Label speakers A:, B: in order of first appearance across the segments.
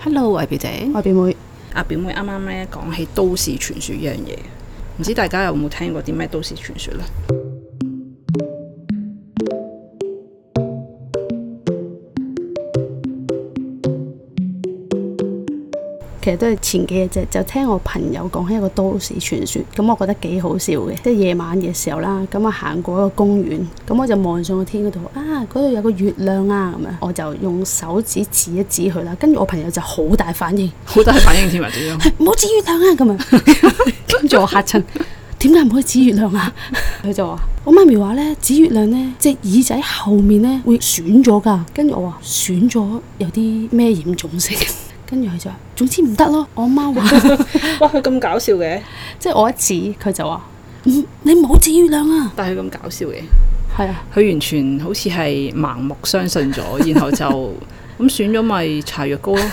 A: Hello，魏表姐。
B: 我表妹
C: 阿表妹啱啱咧講起都市傳說呢樣嘢，唔知大家有冇聽過啲咩都市傳說咧？
B: 其實都係前幾日啫，就聽我朋友講起一個都市傳說，咁我覺得幾好笑嘅。即係夜晚嘅時候啦，咁啊行過一個公園，咁我就望上個天嗰度，啊嗰度有個月亮啊咁樣，我就用手指指一指佢啦，跟住我朋友就好大反應，
C: 好大反應添啊！ 點樣？
B: 唔好指月亮啊咁啊，跟住我嚇 親，點解唔可以指月亮啊？佢就話：我媽咪話咧，指月亮咧，隻耳仔後面咧會損咗㗎。跟住我話損咗有啲咩嚴重性？ 跟住佢就話：總之唔得咯。我媽話，
C: 哇！佢咁搞笑嘅，
B: 即係我一指佢就話：唔，嗯你唔好指月亮啊！
C: 但係佢咁搞笑嘅，
B: 係啊，
C: 佢完全好似係盲目相信咗，然後 就咁選咗咪搽藥膏咯。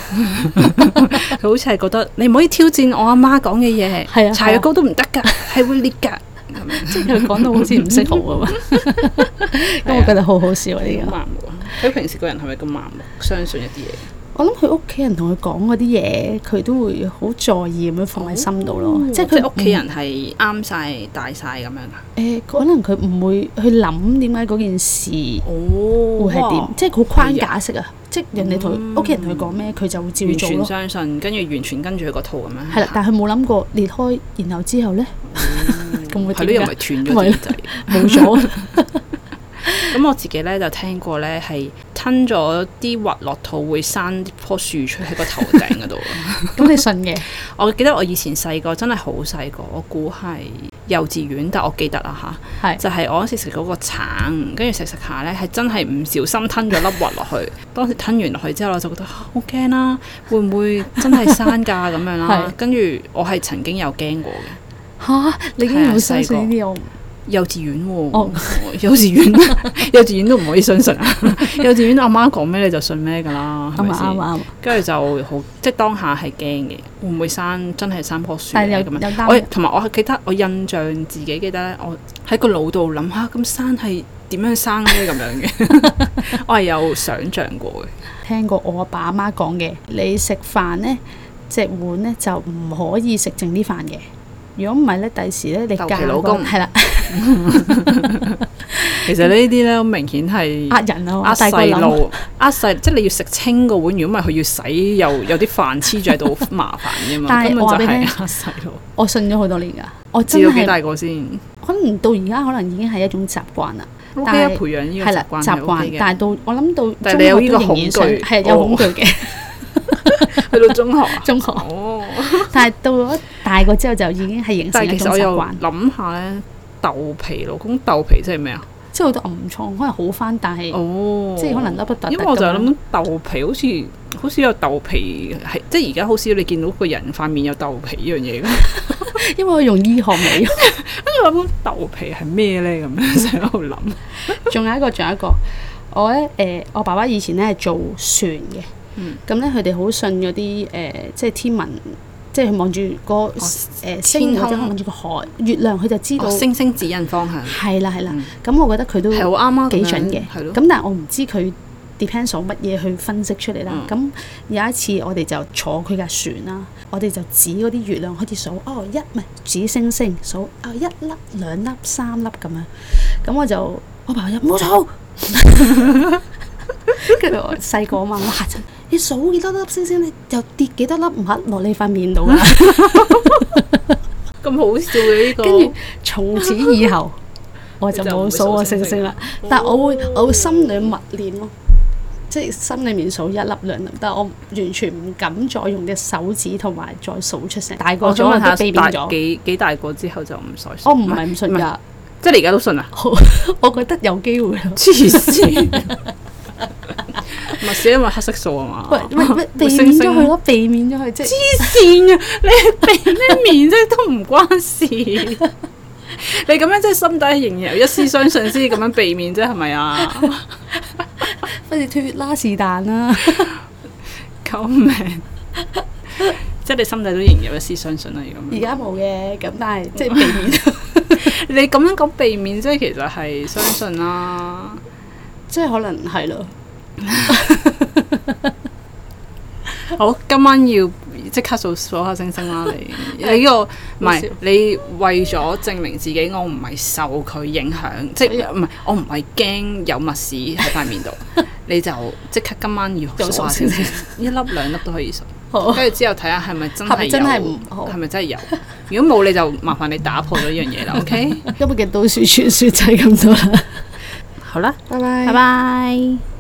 C: 佢好似係覺得你唔可以挑戰我阿媽講嘅嘢，
B: 係啊
C: 搽藥膏都唔得㗎，係會裂㗎。
B: 即係佢講到好似唔識好咁啊！ 咁我覺得好好笑啊！呢個。
C: 好盲目啊！佢平時個人係咪咁盲目相信一啲嘢？
B: 我諗佢屋企人同佢講嗰啲嘢，佢都會好在意咁樣放喺心度咯。嗯即係
C: 哦即係
B: 佢
C: 屋企人係啱晒大晒咁樣啊？
B: 誒、可能佢唔會去諗點解嗰件事
C: 哦
B: 會係點，即係好框架式啊！即係人哋
C: 嗯
B: 同屋企人同佢講咩，佢就會照
C: 完
B: 做
C: 全
B: 咯。
C: 相信，跟住完全跟住佢個套咁樣。
B: 係啦，但係佢冇諗過裂開，然後之後咧， 咁會
C: 係呢
B: 點
C: 又
B: 㗎？
C: 咪斷咗條仔。
B: 冇咗，
C: 咁我自己咧就聽過咧係吞咗啲滑落肚會生棵樹出喺個頭頂嗰 度。
B: 咁你信嘅？
C: 我記得我以前細個真係好細個，我估係幼稚園，但我記得啦吓。
B: 係
C: 就係我嗰時食嗰個橙，跟住食食下咧，係真係唔小心吞咗粒核落 去。當時吞完落去之後，我就覺得啊好驚啦，會唔會真係生㗎咁樣啦
B: 係？
C: 跟住我係曾經有驚過嘅。
B: 嚇！你竟
C: 係啊
B: 然會相信呢啲我
C: 幼稚園喎、
B: 哦
C: 幼稚園幼稚園都唔可以相信啊！ 幼稚園阿媽講咩你就信咩㗎啦，係
B: 啱
C: 咪
B: 啊啱
C: 先？
B: 啊啱啊！
C: 跟住就好，即係當下係驚嘅，會唔會生真係生棵樹
B: 但係
C: 咧
B: 有
C: 咁樣？啊
B: 有
C: 我
B: 擔
C: 同埋我係記得，我印象自己記得咧，我喺個腦度諗下，咁生係點樣生咧咁樣嘅， 我係有想像過嘅。
B: 聽過我阿爸阿媽講嘅，你食飯呢，隻碗呢就唔可以食剩啲飯嘅。如果唔係呢，第時呢，你
C: 豆
B: 嫁
C: 皮老
B: 個
C: 公
B: 係啦，
C: 其實呢啲咧，好明顯係
B: 呃人啊！
C: 呃
B: 我大個
C: 細
B: 諗
C: 路，呃細，即係你要食清個碗，如果唔係佢要洗，又有啲飯黐住喺度，好麻煩啫嘛。
B: 但係
C: 根本
B: 我
C: 就
B: 話俾
C: 係
B: 你
C: 呃細路。
B: 我信咗好多年㗎，我真
C: 至到幾
B: 係
C: 大個先
B: 可能到而家可能已經係一種習慣啦，
C: ？O
B: 但
C: K 啊，
B: 係
C: 培養呢個
B: 係啦
C: 習慣
B: 習
C: 係 O
B: 慣
C: K。嘅。
B: 但係到我諗到
C: 但係
B: 中
C: 你有
B: 學
C: 呢
B: 都
C: 個
B: 仍
C: 恐
B: 然想
C: 懼
B: 係有
C: 哦
B: 恐懼 嘅
C: 去到中學 啊，
B: 中學，
C: 哦，
B: 但係到咗大個之後就已經係形
C: 但
B: 成
C: 係
B: 一
C: 其實
B: 種
C: 我
B: 習
C: 又
B: 慣，
C: 諗下咧，豆皮老公豆皮即係咩啊？
B: 即係好多暗瘡可能好返，但係
C: 哦，
B: 即係可能凹凹凸凸
C: 因為我
B: 咁
C: 就
B: 樣
C: 諗豆皮好似好少有豆皮係，即係而家好少你見到個人塊面有豆皮呢樣嘢嘅。
B: 因為我用醫學 美。
C: 跟住我諗豆皮係咩咧？咁樣 成日喺度諗。
B: 仲有一個，仲有一個，我咧誒、我爸爸以前咧係做船嘅
C: 嗯，
B: 咁咧佢哋好信嗰啲誒，即係天文，即係佢望住個誒星或者
C: 哦天空
B: 望住個海、月亮，佢就知道
C: 哦，星星指引方向
B: 係啦係啦
C: 嗯。
B: 咁、我覺得佢都
C: 係好啱啊，
B: 幾
C: 咁樣
B: 準嘅，
C: 係咯。
B: 咁但係我唔知佢 depends on 乜嘢去分析出嚟啦。
C: 嗯
B: 咁、有一次我哋就坐佢架船啦，我哋就指嗰啲月亮開始數，哦一唔係指星星數，哦一粒兩粒三粒咁樣。咁我就我朋友冇 數，跟住我細個啊嘛，我嚇親你數幾多粒星星，你就跌幾多粒唔黑落你塊面度啦。
C: 咁好笑嘅呢個，
B: 跟住從此以 後我就冇數我星星啦，但係我會我會心裏默念咯，即係心裏面數一粒兩粒，但係我完全唔敢再用隻手指同埋再數出聲。大個
C: 我
B: 咗
C: 想
B: 我
C: 問
B: 都
C: 下
B: 避免
C: 大
B: 咗，
C: 幾幾大個之後就唔信？
B: 我唔係唔信
C: 唔係
B: 㗎，
C: 即係你而家都 信啊？
B: 我覺得有機會咯。
C: 黐線！ 咪是因為黑色素啊嘛？
B: 喂喂 喂， 避
C: 星
B: 免咗
C: 星
B: 佢咯，避免咗佢即係
C: 黐線啊！你俾咩面啫 都唔關事。 你咁樣即係心底仍然有一絲相信先咁樣避免啫，係咪啊？
B: 不如脱啦是但啦。
C: 救命！即係你心底都仍然有一絲相信啦，如果咁樣
B: 而家冇嘅，咁但係即係避免。
C: 你咁樣講避免，即係其實係相信啦。
B: 即係可能係咯。
C: 好，今晚要即刻數數下星星 啦！你你呢、個唔
B: 好笑
C: 係你為咗證明自己，我唔係受佢影響，即
B: 哎呀
C: 係唔係我唔係驚有密屎喺塊面 度，你就即刻今晚要
B: 就
C: 數下
B: 數
C: 星
B: 星
C: 星，一粒兩粒都可以數，
B: 好
C: 跟住之後睇下係咪真
B: 係咪
C: 係有，
B: 真係唔好
C: 係咪真係有？如果冇你就麻煩你打破咗呢樣嘢啦，OK？
B: 今日嘅都市傳說就係咁多啦，
C: 好啦，
B: 拜拜
C: 拜。拜。